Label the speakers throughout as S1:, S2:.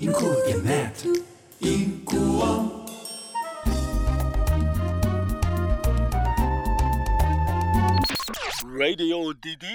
S1: 银库点 net，银库网。
S2: Radio DD。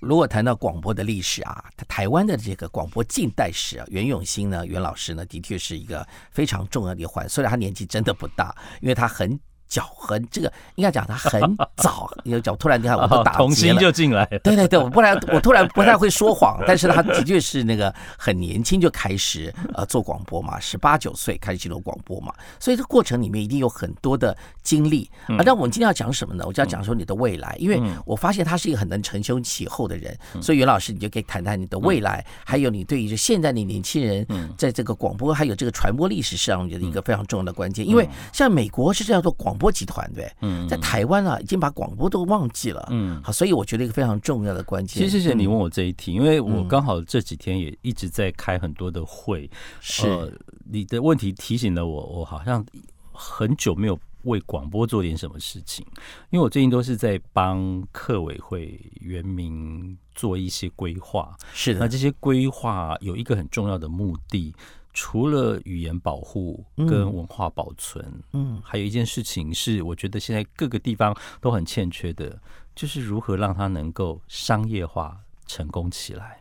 S3: 如果谈到广播的历史啊，它台湾的这个广播近代史啊，袁永新呢，袁老师呢，的确是一个非常重要的一环。虽然他年纪真的不大，因为他很早，很这个应该讲他很早，有讲突然你看我都打
S4: 童
S3: 结
S4: 心
S3: 了。
S4: 就进 来了。
S3: 对对对，我不然我突然不太会说谎，但是他的确是那个很年轻就开始呃做广播嘛，十八九岁开始进入广播嘛，所以这过程里面一定有很多的经历啊。那我们今天要讲什么呢？我就要讲说你的未来，因为我发现他是一个很能承胸起后的人，所以袁老师你就可以谈谈你的未来，还有你对于现在的年轻人在这个广播还有这个传播历史上，我觉得一个非常重要的关键，因为像美国是叫做广播集团对，在台湾啊已经把广播都忘记了，
S4: 嗯
S3: 好，所以我觉得一个非常重要的关键，
S4: 其实谢谢你问我这一题，因为我
S3: 嗯
S4: 刚好这几天也一直在开很多的会。
S3: 是、
S4: 呃，你的问题提醒了我，我好像很久没有为广播做点什么事情，因为我最近都是在帮客委会原民做一些规划。
S3: 是
S4: 那
S3: 的，
S4: 这些规划有一个很重要的目的，除了语言保护跟文化保存，
S3: 嗯，
S4: 还有一件事情是，我觉得现在各个地方都很欠缺的，就是如何让它能够商业化成功起来。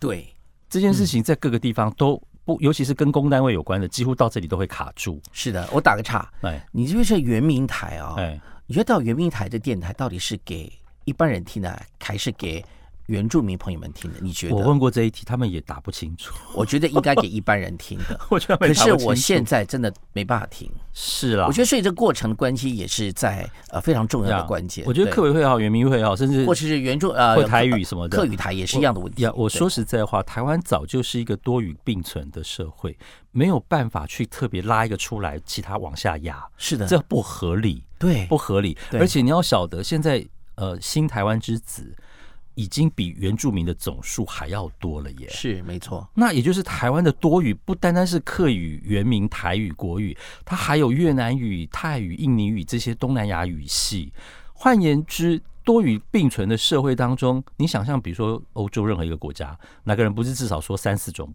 S3: 对，
S4: 这件事
S3: 嗯
S4: 情在各个地方都不，尤其是跟公单位有关的，几乎到这里都会卡住。
S3: 是的，我打个岔，
S4: 哎
S3: 你这边是圆明台啊、
S4: 哎，
S3: 你觉得到圆明台的电台到底是给一般人听的，还是给原住民朋友们听的？你觉得？
S4: 我问过这一题，他们也答不清楚。
S3: 我觉得应该给一般人听
S4: 。
S3: 的
S4: 我觉得他们
S3: 可
S4: 也答
S3: 是
S4: 不清楚啊
S3: 我现在真的没办法听，
S4: 是啦，
S3: 我觉得所以这过程的关系也是在呃非常重要
S4: 这
S3: 的
S4: 样
S3: 关键。
S4: 我觉得
S3: 对
S4: 客委会也好，原民会也好，甚至
S3: 或者是原住呃
S4: 会台语什么的
S3: 客语台也是一样的问题
S4: 呀。，我
S3: 对
S4: 说实在话，台湾早就是一个多语并存的社会，没有办法去特别拉一个出来，其他往下压，
S3: 是的，
S4: 这不合理。
S3: 对
S4: 不合理。
S3: 对
S4: 而且你要晓得，现在呃，新台湾之子已经比原住民的总数还要多了耶。
S3: 是没错，
S4: 那也就是台湾的多语，不单单是客语、原名、台语、国语，它还有越南语、泰语、印尼语这些东南亚语系。换言之，多语并存的社会当中，你想象，比如说欧洲任何一个国家，哪个人不是至少说三四种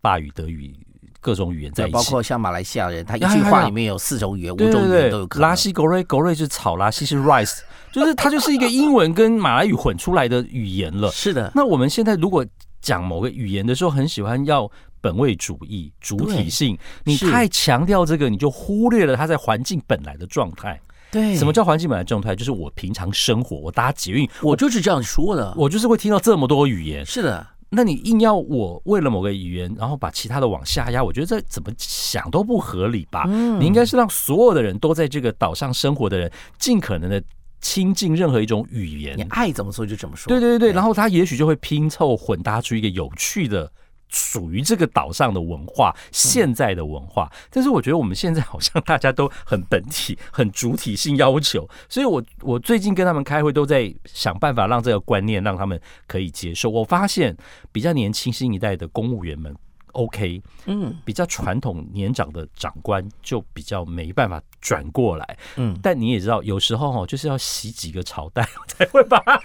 S4: 法语、德语各种语言在
S3: 对，
S4: 一起？
S3: 包括像马来西亚人，他一
S4: 呀
S3: 句
S4: 呀
S3: 话
S4: 呀
S3: 里面有四种语言、五
S4: 对
S3: 种语
S4: 对
S3: 言都有
S4: 对，
S3: 可能。
S4: 拉西狗瑞狗瑞是草拉西是 rice，就是它就是一个英文跟马来语混出来的语言了。
S3: 是的，
S4: 那我们现在如果讲某个语言的时候，很喜欢要本位主义、主体性，你
S3: 是
S4: 太强调这个，你就忽略了它在环境本来的状态。
S3: 对
S4: 什么叫环境本来状态？就是我平常生活，我搭捷运，
S3: 我就是这样说的。
S4: 我就是会听到这么多语言。
S3: 是的，
S4: 那你硬要我为了某个语言，然后把其他的往下压，我觉得这怎么想都不合理吧？你应该是让所有的人都在这个岛上生活的人，尽可能的亲近任何一种语言
S3: 你。爱怎么说就怎么说。
S4: 嗯对对对对，然后他也许就会拼凑混搭出一个有趣的。属于这个岛上的文
S3: 嗯
S4: 化，现在的文化，但是我觉得我们现在好像大家都很本体、很主体性要求，所以我我最近跟他们开会，都在想办法让这个观念让他们可以接受。我发现比较年轻新一代的公务员们 OK，
S3: 嗯
S4: 比较传统年长的长官就比较没办法转过来。
S3: 嗯，
S4: 但你也知道，有时候哦，就是要洗几个朝代才会把它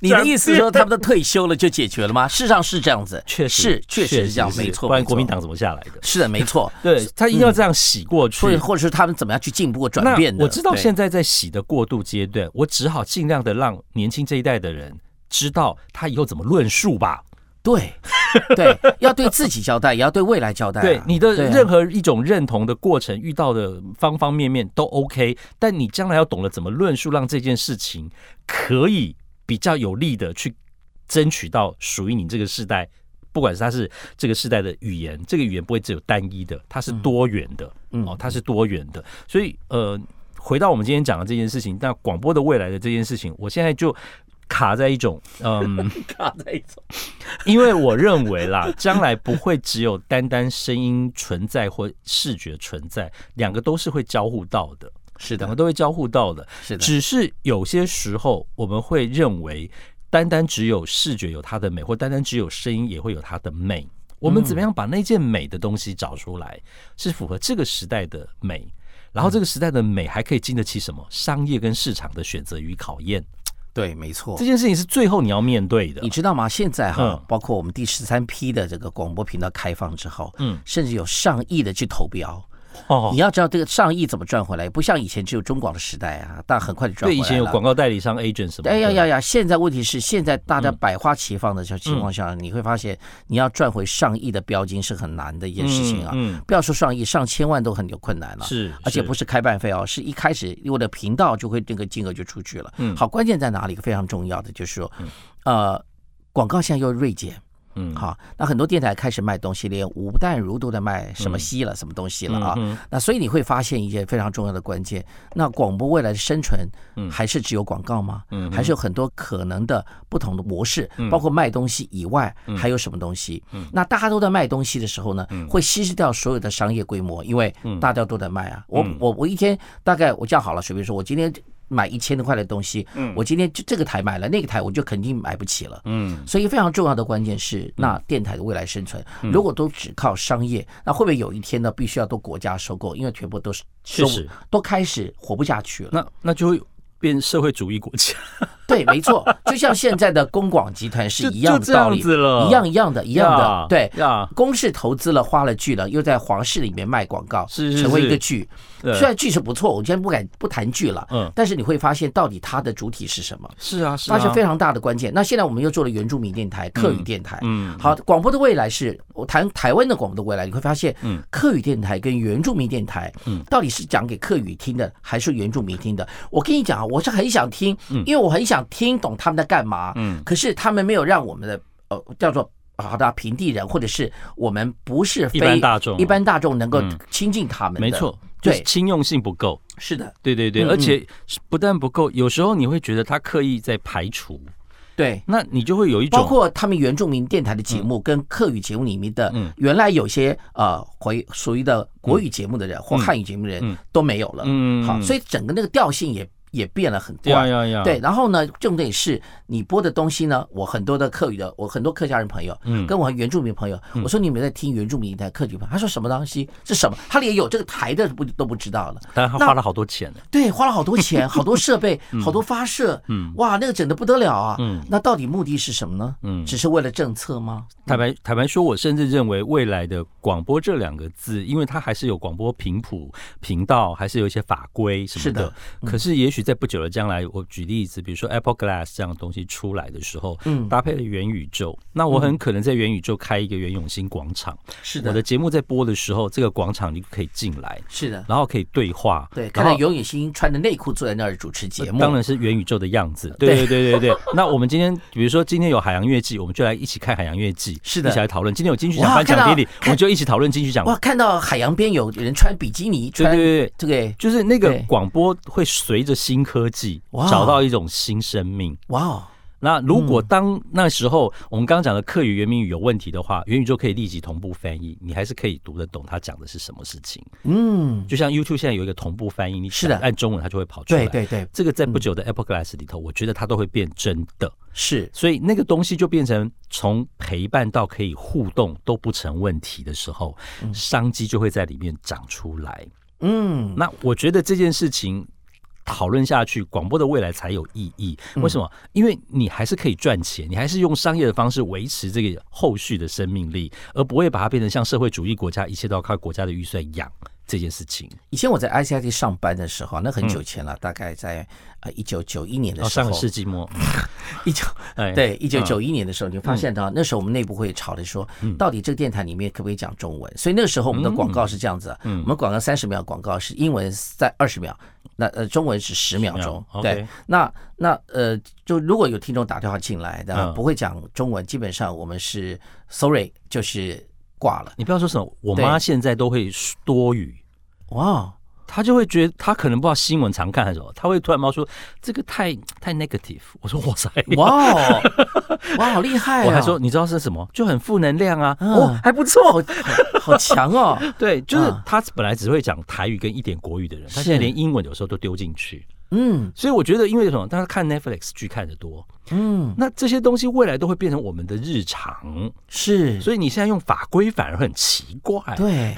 S3: 你的意思是说他们都退休了就解决了吗？事实上是这样子，
S4: 确实
S3: 是确实是这样，没错，
S4: 不然
S3: 没错
S4: 国民党怎么下来的？
S3: 是的，没错，
S4: 对他一定要这样洗过去。
S3: 所以或者是他们怎么样去进步转变的。
S4: 那我知道
S3: 对
S4: 现在在洗的过渡阶段，我只好尽量的让年轻这一代的人知道他以后怎么论述吧。
S3: 对对，要对自己交代，也要对未来交代啊。
S4: 对你的
S3: 对啊
S4: 任何一种认同的过程，遇到的方方面面都 OK，但你将来要懂得怎么论述，让这件事情可以比较有力的去争取到属于你这个时代，不管是它是这个时代的语言，这个语言不会只有单一的，它是多元的，
S3: 嗯
S4: 哦，它是多元的，所以呃。回到我们今天讲的这件事情，那广播的未来的这件事情，我现在就卡在一种，嗯，
S3: 卡在一种
S4: 因为我认为啦，将来不会只有单单声音存在或视觉存在，两个都是会交互到的，
S3: 是
S4: 两个
S3: 的，
S4: 都会交互到的。
S3: 是的，
S4: 只是有些时候我们会认为，单单只有视觉有它的美，或单单只有声音也会有它的美。我们
S3: 嗯
S4: 怎么样把那件美的东西找出来，是符合这个时代的
S3: 嗯
S4: 美？然后这个时代的美还可以经得起什么商业跟市场的选择与考验？
S3: 对，没错
S4: 这。件事情是最后你要面对的
S3: 你。知道吗？现在哈、
S4: 嗯
S3: 包括我们第十三批的这个广播频道开放之后，
S4: 嗯，
S3: 甚至有上亿的去投标。
S4: 哦
S3: 你，要知道这个上亿怎么赚回来，不像以前只有中广的时代啊，但很快就赚
S4: 对，
S3: 回来
S4: 以
S3: 了。
S4: 前有广告代理商 agent 什么的，
S3: 哎呀呀呀！现在问题是，现在大家百花齐放的情
S4: 嗯
S3: 情况下，你会发现你要赚回上亿的标金是很难的一件事情啊。
S4: 嗯嗯
S3: 不要说上亿，上千万都很有困难啊了、
S4: 是，
S3: 而且不
S4: 是
S3: 是开办费哦，是一开始我的频道就会那个金额就出去了。
S4: 嗯
S3: 好，关键在哪里？非常重要的就是说，呃，广告现在又锐减，
S4: 嗯
S3: 好，那很多电台开始卖东西，连吴淡如都在卖什么西了，什么东西了啊。
S4: 嗯
S3: 那所以你会发现一件非常重要的关键，那广播未来的生存
S4: 嗯，
S3: 还是只有广告吗？
S4: 嗯
S3: 还是有很多可能的不同的模式，包括卖东西以外，
S4: 嗯
S3: 还有什么东西？那大家都在卖东西的时候呢，会稀释掉所有的商业规模，因为
S4: 嗯
S3: 大家都在卖啊。我我我一天大概我这样好了，随便说，我今天。买一千多块的东西，我今天就这个台买了，那个台我就肯定买不起了。
S4: 嗯
S3: 所以非常重要的关键是，那电台的未来生存，如果都只靠商业，那会不会有一天呢，必须要都国家收购？因为全部都是
S4: 确
S3: 收
S4: 实，
S3: 都开始活不下去了。
S4: 那那就会变社会主义国家，
S3: 对，没错，就像现在的公广集团是
S4: 就
S3: 一样
S4: 就
S3: 的
S4: 这
S3: 道
S4: 样
S3: 理，
S4: 子了
S3: 一样一样的， 一样的
S4: 呀，
S3: 对。
S4: 呀，
S3: 公式投资了，花了剧了，又在皇室里面卖广告，
S4: 是是
S3: 成为
S4: 是
S3: 一个剧。
S4: 对
S3: 虽然剧是不错，我今天不敢不谈剧了，
S4: 嗯
S3: 但是你会发现到底它的主体是什么。
S4: 是啊是
S3: 它
S4: 啊，
S3: 是非常大的关键。那现在我们又做了原住民电台、客语电台。
S4: 嗯
S3: 好，广播的未来是我谈台湾的广播的未来，你会发现，
S4: 嗯
S3: 客语电台跟原住民电台，
S4: 嗯
S3: 到底是讲给客语听的，还是原住民听的？我跟你讲啊，我是很想听，因为我很想听懂他们在干嘛，
S4: 嗯
S3: 可是他们没有让我们的呃叫做。好的，平地人或者是我们不是非
S4: 一般大众
S3: 一般大众能够
S4: 嗯
S3: 亲近他们的，
S4: 没错，就是
S3: 对，
S4: 侵用性不够，
S3: 是的，
S4: 对对对，
S3: 嗯
S4: 而且不但不够，有时候你会觉得他刻意在排除，
S3: 对，
S4: 那你就会有一
S3: 包
S4: 种
S3: 括他们原住民电台的节目跟客语节目里面的
S4: 嗯，
S3: 原来有些呃回属于的国语节目的人或汉语节目的
S4: 嗯
S3: 人都没有了，
S4: 嗯啊
S3: 好，所
S4: 以
S3: 以整个那个调性也也变了很
S4: 呀
S3: 怪。
S4: 呀呀，
S3: 对，，然后呢，重点是你播的东西呢，我很多的客语的，我很多客家人朋友，
S4: 嗯
S3: 跟我原住民朋友，我说你们在听原住民电台客语吧，他说什么东西是什么，他连有这个台的不都不知道了。
S4: 但他
S3: 那
S4: 花了好多钱呢，啊
S3: 对，花了好多钱，好多 设备，好多发射，
S4: 嗯
S3: 哇，那个整的不得了啊！
S4: 嗯
S3: 那到底目的是什么呢？
S4: 嗯
S3: 只是为了政策吗？
S4: 坦白坦白说，我甚至认为未来的广播这两个字，因为它还是有广播频谱、频道，还是有一些法规什么
S3: 是
S4: 的。
S3: 的
S4: 可是也许在不久的将来，我举例子，比如说 Apple Glass 这样的东西出来的时候，
S3: 嗯
S4: 搭配了元宇宙，那我很可能在元宇宙开一个袁永新广场。
S3: 是
S4: 我的，节目在播的时候，这个广场你就可以进来，
S3: 是的，
S4: 然后可以对话，
S3: 对，
S4: 然
S3: 看到
S4: 后。
S3: 游野星穿着内裤坐在那儿主持节目，
S4: 当然是元宇宙的样子，对对对对对。 那我们今天，比如说今天有海洋乐季，我们就来一起看海洋乐季，
S3: 是的
S4: 一起来讨论。今天有金曲奖
S3: 哇
S4: 颁奖
S3: 看
S4: 典
S3: 到
S4: 礼，我们就一起讨论金曲奖
S3: 哇，看到海洋边有人穿比基
S4: 对
S3: 尼，穿
S4: 对对，对
S3: 这个，
S4: 就是那个
S3: 对
S4: 广播会随着新科技
S3: 哇
S4: 找到一种新生命。
S3: 哇哦，
S4: 那如果当那时候我们刚刚讲的客语原名语有问题的话，元宇宙可以立即同步翻译，你还是可以读得懂他讲的是什么事情。
S3: 嗯，
S4: 就像 YouTube 现在有一个同步翻译，你
S3: 是的
S4: 讲按中文它就会跑出来。
S3: 对嗯对对，
S4: 这个在不久的 Apple Glass 里头，我觉得它都会变真的，
S3: 是
S4: 所以那个东西就变成从陪伴到可以互动都不成问题的时候，商机就会在里面长出来。
S3: 嗯，
S4: 那我觉得这件事情讨论下去，广播的未来才有意义。
S3: 嗯
S4: 为什么？因为你还是可以赚钱，你还是用商业的方式维持这个后续的生命力，而不会把它变成像社会主义国家，一切都要靠国家的预算养这件事情。
S3: 以前我在 ICIT 上班的时候，那很久以前了，大概在呃一九九一年的
S4: 嗯哦，
S3: 时
S4: 上
S3: 候
S4: 个，世纪末，
S3: 一九
S4: 哎，嗯
S3: 对，一九九一年的时候，你发现到那时候我们内部会吵的说，到底这个电台里面可不可以讲中文？所以那个时候我们的广告是这样子，
S4: 嗯
S3: 我们广告三十秒广告是英文在二十秒，那呃中文是十秒钟
S4: 10秒。
S3: 对
S4: OK，
S3: 那那呃，就如果有听众打电话进来的
S4: 嗯
S3: 不会讲中文，基本上我们是 sorry 就是挂了。
S4: 你不要说什么，我妈
S3: 对
S4: 现在都会多语。
S3: 哇，
S4: 她就会觉得，她可能不知道新闻常看还是什么，她会突然冒出这个太太 negative。我说哇塞，
S3: 哇哦，哇，好厉害、哦！
S4: 我还说你知道是什么，就很负能量啊，
S3: 嗯
S4: 哦还不错，
S3: 好好强哦，
S4: 对，就是
S3: 啊
S4: 他本来只会讲台语跟一点国语的人，他
S3: 是
S4: 现在连英文有时候都丢进去。
S3: 嗯，
S4: 所以我觉得，因为什么？大家看 Netflix 剧看得多，
S3: 嗯，
S4: 那这些东西未来都会变成我们的日常，
S3: 是，
S4: 所以你现在用法规反而很奇怪。
S3: 对，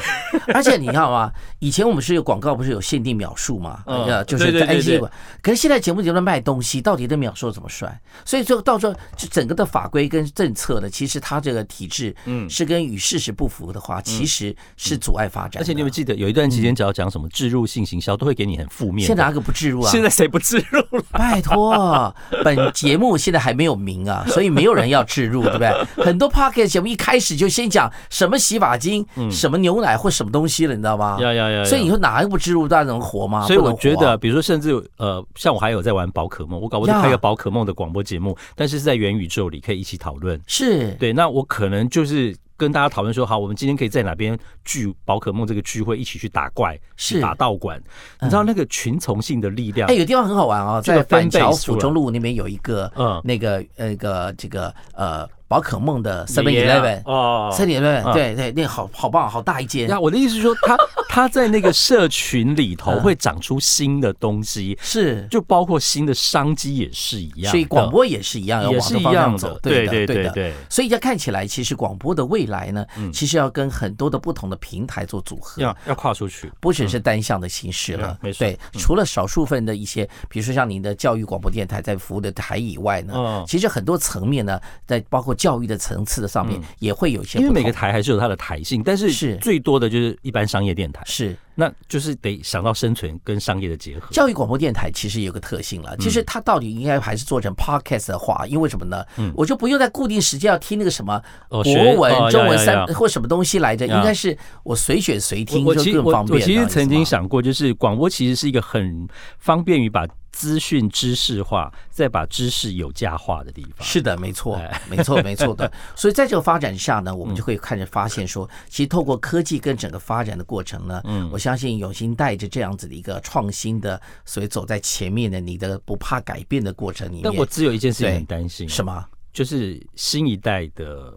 S3: 而且你看啊，以前我们是有广告，不是有限定秒数嘛？
S4: 嗯
S3: 呃，就
S4: 对
S3: 是
S4: 对
S3: 在
S4: 对
S3: A
S4: 对
S3: C 可是现在节目里面卖东西，到底这秒数怎么算？所以最后到时候，就整个的法规跟政策呢，其实它这个体制，嗯，是跟与事实不符的话，其实是阻碍发展的。
S4: 而且你有没有记得有一段期间，只要讲什么置入性行销，都会给你很负面的。
S3: 嗯现在哪个不置入 啊？
S4: 现在谁不置入 了？
S3: 拜托，本节目现在还没有 名啊，所以没有人要置入，对不对？很多 p o c k e t 节目一开始就先讲什么洗发精、
S4: 嗯
S3: 什么牛奶或什么东西了，你知道吗？
S4: 要要要要
S3: 啊所以你说哪一个不置入，大家能活吗？
S4: 所以
S3: 不
S4: 我
S3: 能活啊
S4: 觉得，比如说，甚至呃，像我还有在玩宝可梦，我搞不好
S3: 呀
S4: 就开个宝可梦的广播节目，但是是在元宇宙里可以一起讨论。
S3: 是，
S4: 对，那我可能就是跟大家讨论说，好，我们今天可以在哪边聚宝可梦这个聚会，一起去打怪，
S3: 是嗯
S4: 去打道馆。你知道那个群从性的力量
S3: 哎，，有地方很好玩哦，
S4: 啊这个
S3: 在板
S4: 分贝
S3: 桥
S4: 出
S3: 府
S4: 来
S3: 中路那边有一个，
S4: 啊嗯
S3: 那个那个这个呃宝可梦的 Seven
S4: 爷啊
S3: Eleven，
S4: 哦
S3: Seven Eleven，
S4: 嗯
S3: 对对，那好好棒，好大一间
S4: 呀，，我的意思是说， 它它在那个社群里
S3: 嗯
S4: 头会长出新的东西，
S3: 是，
S4: 就包括新的商机也是一样的。
S3: 所以广播也是一样，要
S4: 也
S3: 往
S4: 是
S3: 这
S4: 一
S3: 方
S4: 样
S3: 向
S4: 的
S3: 走，
S4: 对
S3: 的，
S4: 对
S3: 对
S4: 对
S3: 的
S4: 对嗯
S3: 所以这样看起来，其实广播的未来呢，其实要跟很多的不同的平台做组合，
S4: 要要跨出去。
S3: 不只是单向的形式了
S4: 嗯，没错
S3: 对，除了少数份的一些，比如说像您的教育广播电台在服务的台以外呢
S4: 嗯，
S3: 其实很多层面呢，在包括教育的层次的上面也会有一些
S4: 嗯因为
S3: 不
S4: 每个
S3: 同。
S4: 台还是有它的台性，但
S3: 是
S4: 是最多的就是一般商业电台，
S3: 是
S4: 那就是得想到生存跟商业的结合。
S3: 教育广播电台其实有个特性
S4: 嗯
S3: 了，其实它到底应该还是做成 podcast 的话，因为什么呢？我就不用在固定时间要听那个什么
S4: 嗯哦
S3: 国
S4: 学
S3: 文、
S4: 哦
S3: 中
S4: 呀
S3: 文
S4: 呀
S3: 三
S4: 呀
S3: 或什么东西来着，
S4: 呀
S3: 应该是我随选随听
S4: 我
S3: 就
S4: 其实
S3: 更
S4: 我
S3: 方
S4: 我
S3: 便了。
S4: 其实曾经
S3: 你知道吗，
S4: 想过，就是广播其实是一个很方便于把资讯知识化，再把知识有价化的地方。
S3: 是的，没错
S4: 哎， 嗯
S3: 没错，没 错的。所以在这个发展下呢，我们就会看着发现说，其实透过科技跟整个发展的过程呢，
S4: 嗯
S3: 我相信永兴带着这样子的一个创新的，所以走在前面的你的不怕改变的过程里
S4: 但我
S3: 面，
S4: 只有一件事情
S3: 对
S4: 很担心，
S3: 什么？
S4: 就是新一代的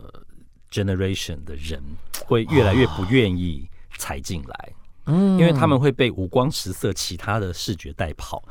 S4: generation 的人会越来越不愿意踩进来，
S3: 哦
S4: 嗯，因为他们会被五光十色其他的视觉带跑，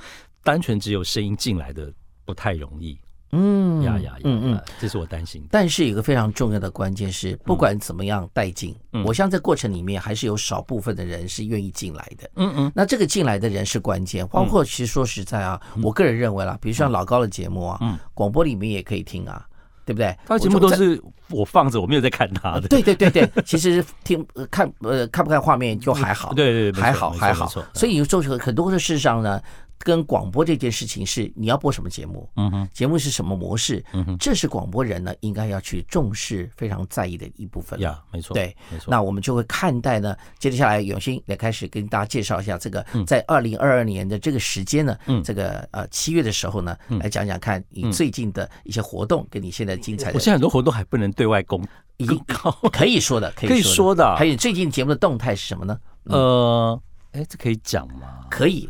S4: 单纯只有声音进来的不太容易。嗯，呀呀呀，
S3: 嗯嗯
S4: 呀，这是我担心的。
S3: 但是有一个非常重要的关键是，
S4: 嗯
S3: 不管怎么样带进，我相信在过程里面还是有少部分的人是愿意进来的。
S4: 嗯嗯，
S3: 那这个进来的人是关键，包括其实说实在啊，
S4: 嗯
S3: 我个人认为啦，比如像老高的节目啊，广播里面也可以听啊，对不对？
S4: 他的节目
S3: 我
S4: 都
S3: 在。
S4: 是我放着，我没有在看他的。
S3: 对对对对， 其实听呃看呃看不看画面就还好，
S4: 嗯 对对对没错
S3: 哦还好
S4: 没错
S3: 还好
S4: 没错。
S3: 所以就是很多的事上呢，跟广播这件事情是你要播什么节目，
S4: 嗯哼，
S3: 节目是什么模式，
S4: 嗯
S3: 这是广播人呢应该要去重视、非常在意的一部分了。
S4: 呀，没错，
S3: 对
S4: 没错。
S3: 那我们就会看待呢。接着下来，永兴来开始跟大家介绍一下这个，
S4: 嗯
S3: 在二零二二年的这个时间呢，这个呃七月的时候呢，
S4: 嗯
S3: 来讲讲看你最近的一些活动，跟你现在精彩
S4: 我
S3: 的
S4: 现在很多活动还不能对外公
S3: 已经
S4: 告，
S3: 可以说的，可
S4: 可以
S3: 说
S4: 说的啊
S3: 还有你最近节目的动态是什么呢？
S4: 呃，哎，这可以讲吗？
S3: 可以，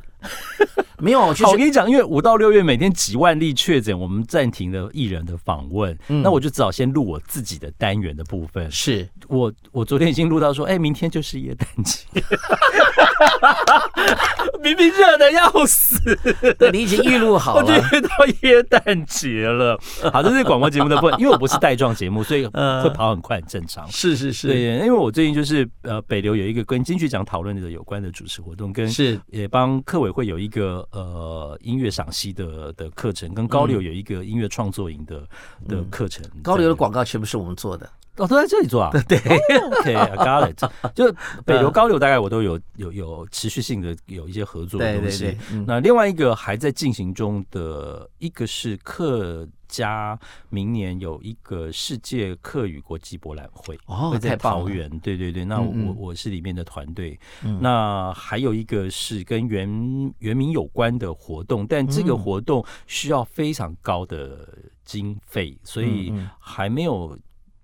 S3: 没有，就
S4: 好，我
S3: 是
S4: 跟你讲，因为五到六月每天几万例确诊，我们暂停了艺人的访问，那我就只好先录哎我自己的单元的部分。
S3: 是
S4: 我我昨天已经录到说，哎、明天就是耶诞节，明明热的要死，
S3: 对你已经预录好
S4: 我就
S3: 了。
S4: 遇到耶诞节了。 好，这是广播节目的部分，因为我不是带状节目，所以 会跑很快，很正常。
S3: 是是
S4: 对，，因为我最近就是呃，北流有一个跟金曲奖讨论的有关的主持活动，跟
S3: 是
S4: 也帮客委会有一个呃音乐赏析的的课程，跟高流有一个音乐创作营的、嗯的课程。
S3: 高流的广告全部是我们做的，
S4: 哦都在这里 做啊？对、o k i got it。就北
S3: 嗯
S4: 流、高流大概我都有有有持续性的有一些合作的
S3: 对
S4: 东
S3: 对
S4: 西。
S3: 对，嗯
S4: 那另外一个还在进行中的一个是客家，明年有一个世界客语国际博览会
S3: 哦
S4: 会在
S3: 太棒了
S4: 桃园，对对对。那我
S3: 嗯嗯嗯
S4: 我我是里面的团队，那还有一个是跟原原民有关的活动，但这
S3: 嗯
S4: 个活动需要非常高的经费，所以
S3: 嗯嗯
S4: 还没有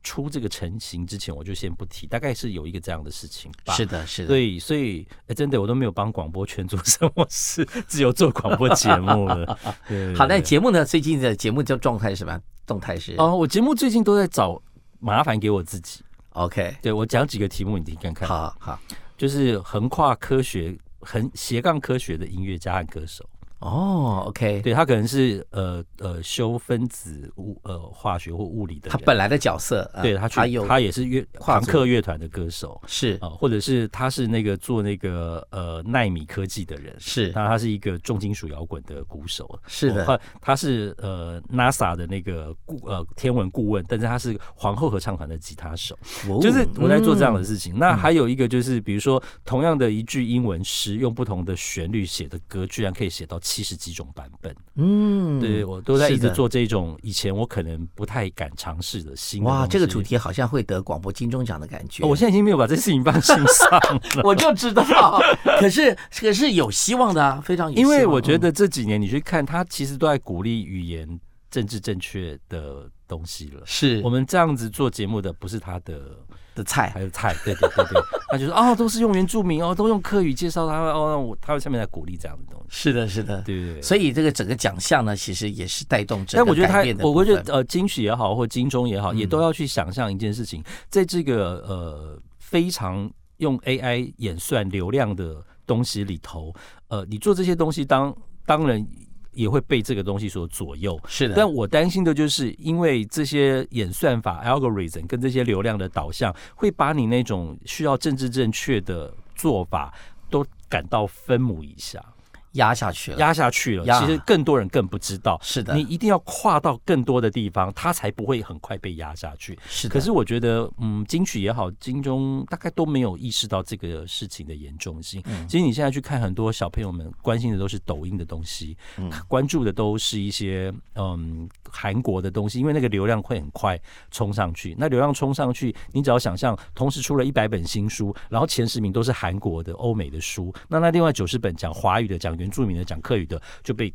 S4: 出这个成型之前，我就先不提。大概是有一个这样的事情吧。
S3: 是的，是的
S4: 所。以，所以、哎真的我都没有帮广播圈做什么事，只有做广播节目 了。对
S3: 好，那
S4: 对
S3: 节目呢？最近的节目叫状态是什么？动态是
S4: 哦，我节目最近都在找麻烦给我自己。
S3: OK，
S4: 对我讲几个题目，你听看看。，
S3: 好好
S4: 就是横跨科学、横斜杠科学的音乐家和歌手。
S3: 哦，OK，
S4: 对他可能是呃呃修分子物呃化学或物理的人，
S3: 他本来的角色，呃
S4: 对他去
S3: 他有
S4: 他也是乐
S3: 跨
S4: 朋
S3: 足
S4: 克乐团的歌手
S3: 是
S4: 啊、或者是他是那个做那个呃纳米科技的人，
S3: 是
S4: 那他是一个重金属摇滚的鼓手，
S3: 是的
S4: 哦他他是呃 NASA 的那个顾呃天文顾问，但是他是皇后合唱团的吉他手，
S3: 哦
S4: 就是我在做这样的
S3: 嗯
S4: 事情。那还有一个就是，比如说同样的一句英文诗，用不同的旋律写的歌，居然可以写到七十几种版本。
S3: 嗯，
S4: 对我都在一
S3: 是
S4: 直
S3: 的
S4: 做这种以前我可能不太敢尝试的新的
S3: 哇，
S4: 东
S3: 这个
S4: 西
S3: 主、题好像会得广播金钟奖的感觉。。
S4: 哦我现在已经没有把这事情放心上了
S3: 我就知道，可是可是有希望的啊，非常有希
S4: 因
S3: 望。
S4: 为我觉
S3: 嗯
S4: 得这几年你去看，他其实都在鼓励语言政治正确的东西了。
S3: 是
S4: 我们这样子做节目的不是他的，
S3: 的菜
S4: 还有菜，对对对对， 他就说哦，都是用原住民哦，都用客语介绍他哦，那我他们下面在鼓励这样的东西，
S3: 是的，是的，
S4: 对对对。
S3: 所以这个整个奖项呢，其实也是带动整
S4: 但
S3: 个
S4: 我觉得
S3: 改
S4: 他
S3: 变，的
S4: 我
S3: 部
S4: 我
S3: 分。嗯
S4: 觉得呃，金曲也好，或金钟也好，也都要去想象一件事情，在这个呃非常用 AI 演算流量的东西里头，呃，你做这些东西当当然也会被这个东西所左右。
S3: 是的，
S4: 但我担心的就是，因为这些演算法 algorithm 跟这些流量的导向，会把你那种需要政治正确的做法都赶到分母以下。
S3: 压下去了。
S4: 压下去了，
S3: 压
S4: 其实更多人更不知道。
S3: 是的
S4: 你一定要跨到更多的地方，它才不会很快被压下去。
S3: 是的，
S4: 可是我觉得，嗯，金曲也好，金钟大概都没有意识到这个事情的严重性。其实你现在去看很多小朋友们关心的都是抖音的东西，关注的都是一些嗯韩国的东西，因为那个流量会很快冲上去。那流量冲上去，你只要想象，同时出了一百本新书，然后前十名都是韩国的、欧美的书，那那另外九十本讲华语的、讲原住民的、讲客语的就被。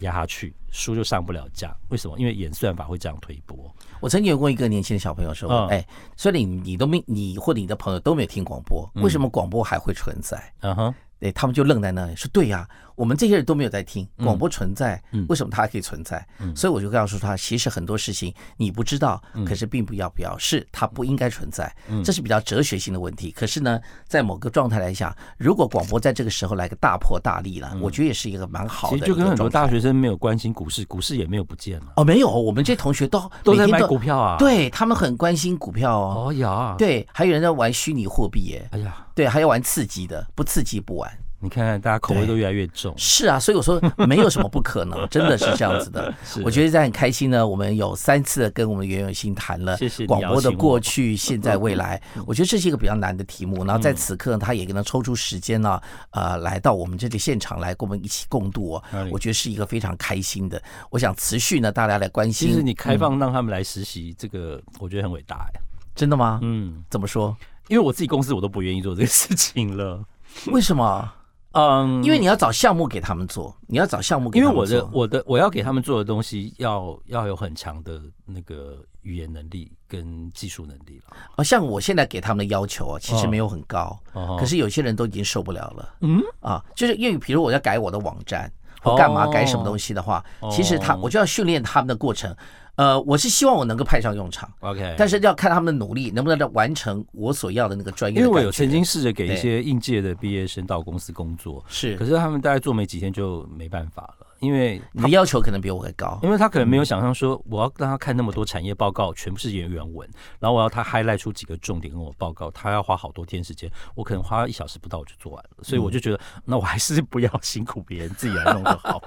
S4: 压下去，书就上不了架。为什么？因为演算法会这样推波。
S3: 我曾经有过一个年轻的小朋友说：“
S4: 嗯
S3: 哎，虽然你你都没你或者你的朋友都没有听广播，为什么广播还会存在？”
S4: 嗯哼，
S3: 对哎他们就愣在那里，说：“对呀、我们这些人都没有在听
S4: 嗯
S3: 广播存在，为什么它还可以存在？”所以我就告诉他，其实很多事情你不知道，
S4: 嗯
S3: 可是并不要不要，是它不应该存在，这是比较哲学性的问题。可是呢，在某个状态来讲，如果广播在这个时候来个大破大立了，我觉得也是一个蛮好
S4: 嗯其实
S3: 的
S4: 就跟
S3: 一个
S4: 很多
S3: 状态
S4: 大学生没有关心股市，股市也没有不见了，
S3: 哦，没有，我们这些同学都
S4: 都
S3: 每
S4: 在
S3: 天
S4: 买股票啊。，
S3: 对他们很关心股票哦，
S4: 哦呀，，
S3: 对，还有人在玩虚拟货币耶，
S4: 哎呀，
S3: 对，还要玩刺激的，不刺激不玩。
S4: 你看看大家口味都越来越重。
S3: 是啊，所以 我说没有什么不可能，真的是这样子的。我觉得在很开心呢，我们有三次的跟我们袁永新谈了
S4: 谢谢你
S3: 广播的
S4: 邀请我嗯
S3: 过去、现在、未来。我觉得这是一个比较难的题目，然后在此刻他也能抽出时间呢，呃，来到我们这里现场来跟我们一起共度哦
S4: 哎，
S3: 我觉得是一个非常开心的。我想持续呢，大家来关
S4: 其实
S3: 心。
S4: 你开放让他们来实习，这个我觉得很伟大哎。
S3: 真的吗？
S4: 嗯，
S3: 怎么说？
S4: 因为我自己公司我都不愿意做这个事情了。
S3: 为什么？
S4: 嗯，
S3: 因为你要找项目给他们做，你要找项目给
S4: 因为
S3: 他们
S4: 我
S3: 做。
S4: 的我的我要给他们做的东西要要有很强的那个语言能力跟技术能力了。
S3: 啊，像我现在给他们的要求啊，其实
S4: 嗯
S3: 没有很高，
S4: 哦吼
S3: 可是有些人都已经受不了了。
S4: 嗯，
S3: 啊，就是因为比如我要改我的网站或干嘛
S4: 哦
S3: 改什么东西的话，其实他
S4: 哦
S3: 我就要训练他们的过程。呃，我是希望我能够派上用场，
S4: OK，
S3: 但是要看他们的努力能不能完成我所要的那个专业
S4: 因
S3: 的
S4: 为
S3: 感
S4: 我
S3: 觉。
S4: 有曾经试着给
S3: 对
S4: 一些应届的毕业生到公司工作，可
S3: 是
S4: 是他们大概做没几天就没办法了，因为
S3: 你的要求可能比我还高，
S4: 因为他可能没有想象说，我要让他看那么多产业报告，全部是原原文，然后我要他 highlight 出几个重点跟我报告，他要花好多天时间，我可能花一小时不到我就做完了，所以我就觉得，那我还是不要辛苦别人，自己来弄就好。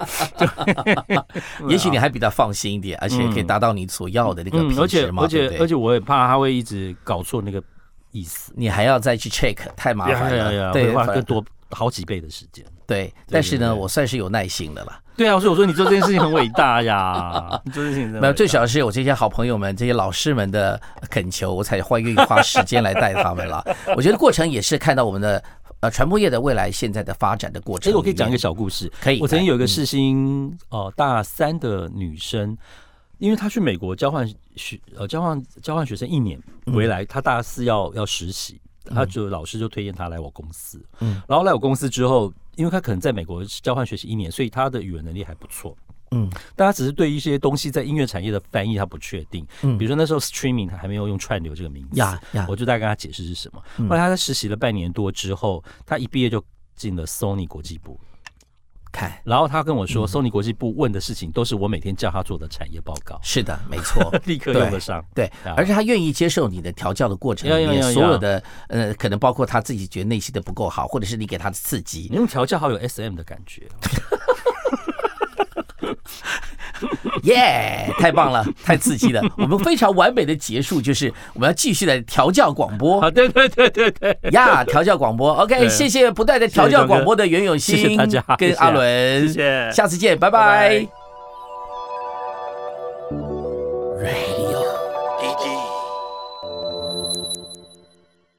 S3: 也许你还比较放心一点，而且可以达到你所要的那个
S4: 嗯，
S3: 品
S4: 而 且
S3: 质嘛，
S4: 而
S3: 对
S4: 且
S3: 不对
S4: 而且我也怕他会一直搞错那个意思，
S3: 你还要再去 check，太
S4: 啊
S3: 麻烦
S4: 会
S3: 了。对，
S4: 花
S3: 反
S4: 更多好几倍的时间。
S3: 对，但是
S4: 对
S3: 呢，
S4: 对
S3: 我算是有耐心的了。
S4: 对啊，所以我说你做这件事情很伟大 呀，你做这件事情真的很伟大
S3: 没有，最主要是有这些好朋友们、这些老师们的恳求，我才花愿意花时间来带他们 了。我觉得过程也是看到我们的呃传播业的未来现在的发展的过
S4: 其
S3: 程。
S4: 实哎我可以讲一个，小故事，
S3: 可以
S4: 我曾经有一个
S3: 来嗯
S4: 世新呃大三的女生，因为她去美国交换学呃交换交换学生一年
S3: 嗯
S4: 回来，她大四要要实习，她就老师就推荐她来我公司，
S3: 嗯
S4: 然后来我公司之后，因为她可能在美国交换学习一年，所以她的语文能力还不错，
S3: 嗯，
S4: 但她只是对一些东西在音乐产业的翻译她不确定，
S3: 嗯
S4: 比如说那时候 streaming 她还没有用串流这个名字，
S3: 呀呀嗯
S4: 我就大概跟她解释是什么。后来她在实习了半年多之后，她一毕业就进了 Sony 国际部。
S3: 看，
S4: 然后他跟我说，索尼国际部问的事情都是我每天叫他做的产业报告，
S3: 是的，没错，
S4: 立刻
S3: 对
S4: 用得上。
S3: 对，
S4: 啊
S3: 而且他愿意接受你的调教的过程
S4: 要
S3: 里
S4: 要
S3: 面
S4: 要
S3: 所
S4: 要
S3: 有的呃，可能包括他自己觉得内心的不够好，或者是你给他的刺激
S4: 你，用调教好有 S M 的感觉哦，
S3: 耶、太棒了，太刺 激了！我们非常完美的结束，就是我们要继续来调教广播
S4: 啊，对对对对对，
S3: 呀，调教广播。OK，
S4: 对
S3: 谢谢不断的调教广播的袁永新，
S4: 谢谢大家
S3: 跟
S4: 谢谢
S3: 阿伦，
S4: 谢谢
S3: 下次见，拜
S4: 拜
S3: 拜
S4: 拜
S1: DD